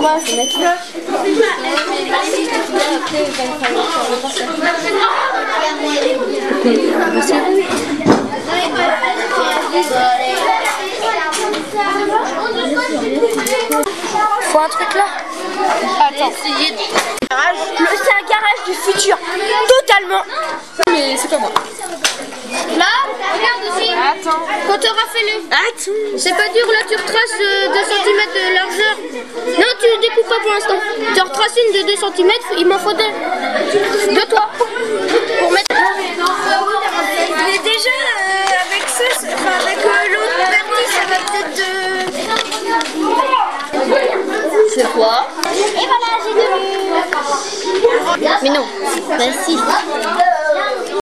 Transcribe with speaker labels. Speaker 1: Moi, c'est ma cloche. Faut un truc là Attends. Le- C'est un garage du futur. Totalement.
Speaker 2: Mais c'est pas moi.
Speaker 3: Là, regarde aussi.
Speaker 2: Attends.
Speaker 3: Quand t'auras fait le.
Speaker 2: Attends.
Speaker 3: C'est pas dur, là tu retraces euh, 2 cm de largeur. Non, tu découpes pas pour l'instant. Tu en retraces une de 2 cm, il m'en faut deux. De toi. Pour mettre.
Speaker 1: Mais déjà, euh, avec ce, c'est- enfin, avec euh, l'autre partie, ça va peut-être euh, de...
Speaker 3: C'est quoi Et voilà, j'ai deux. Mais non. Bah si.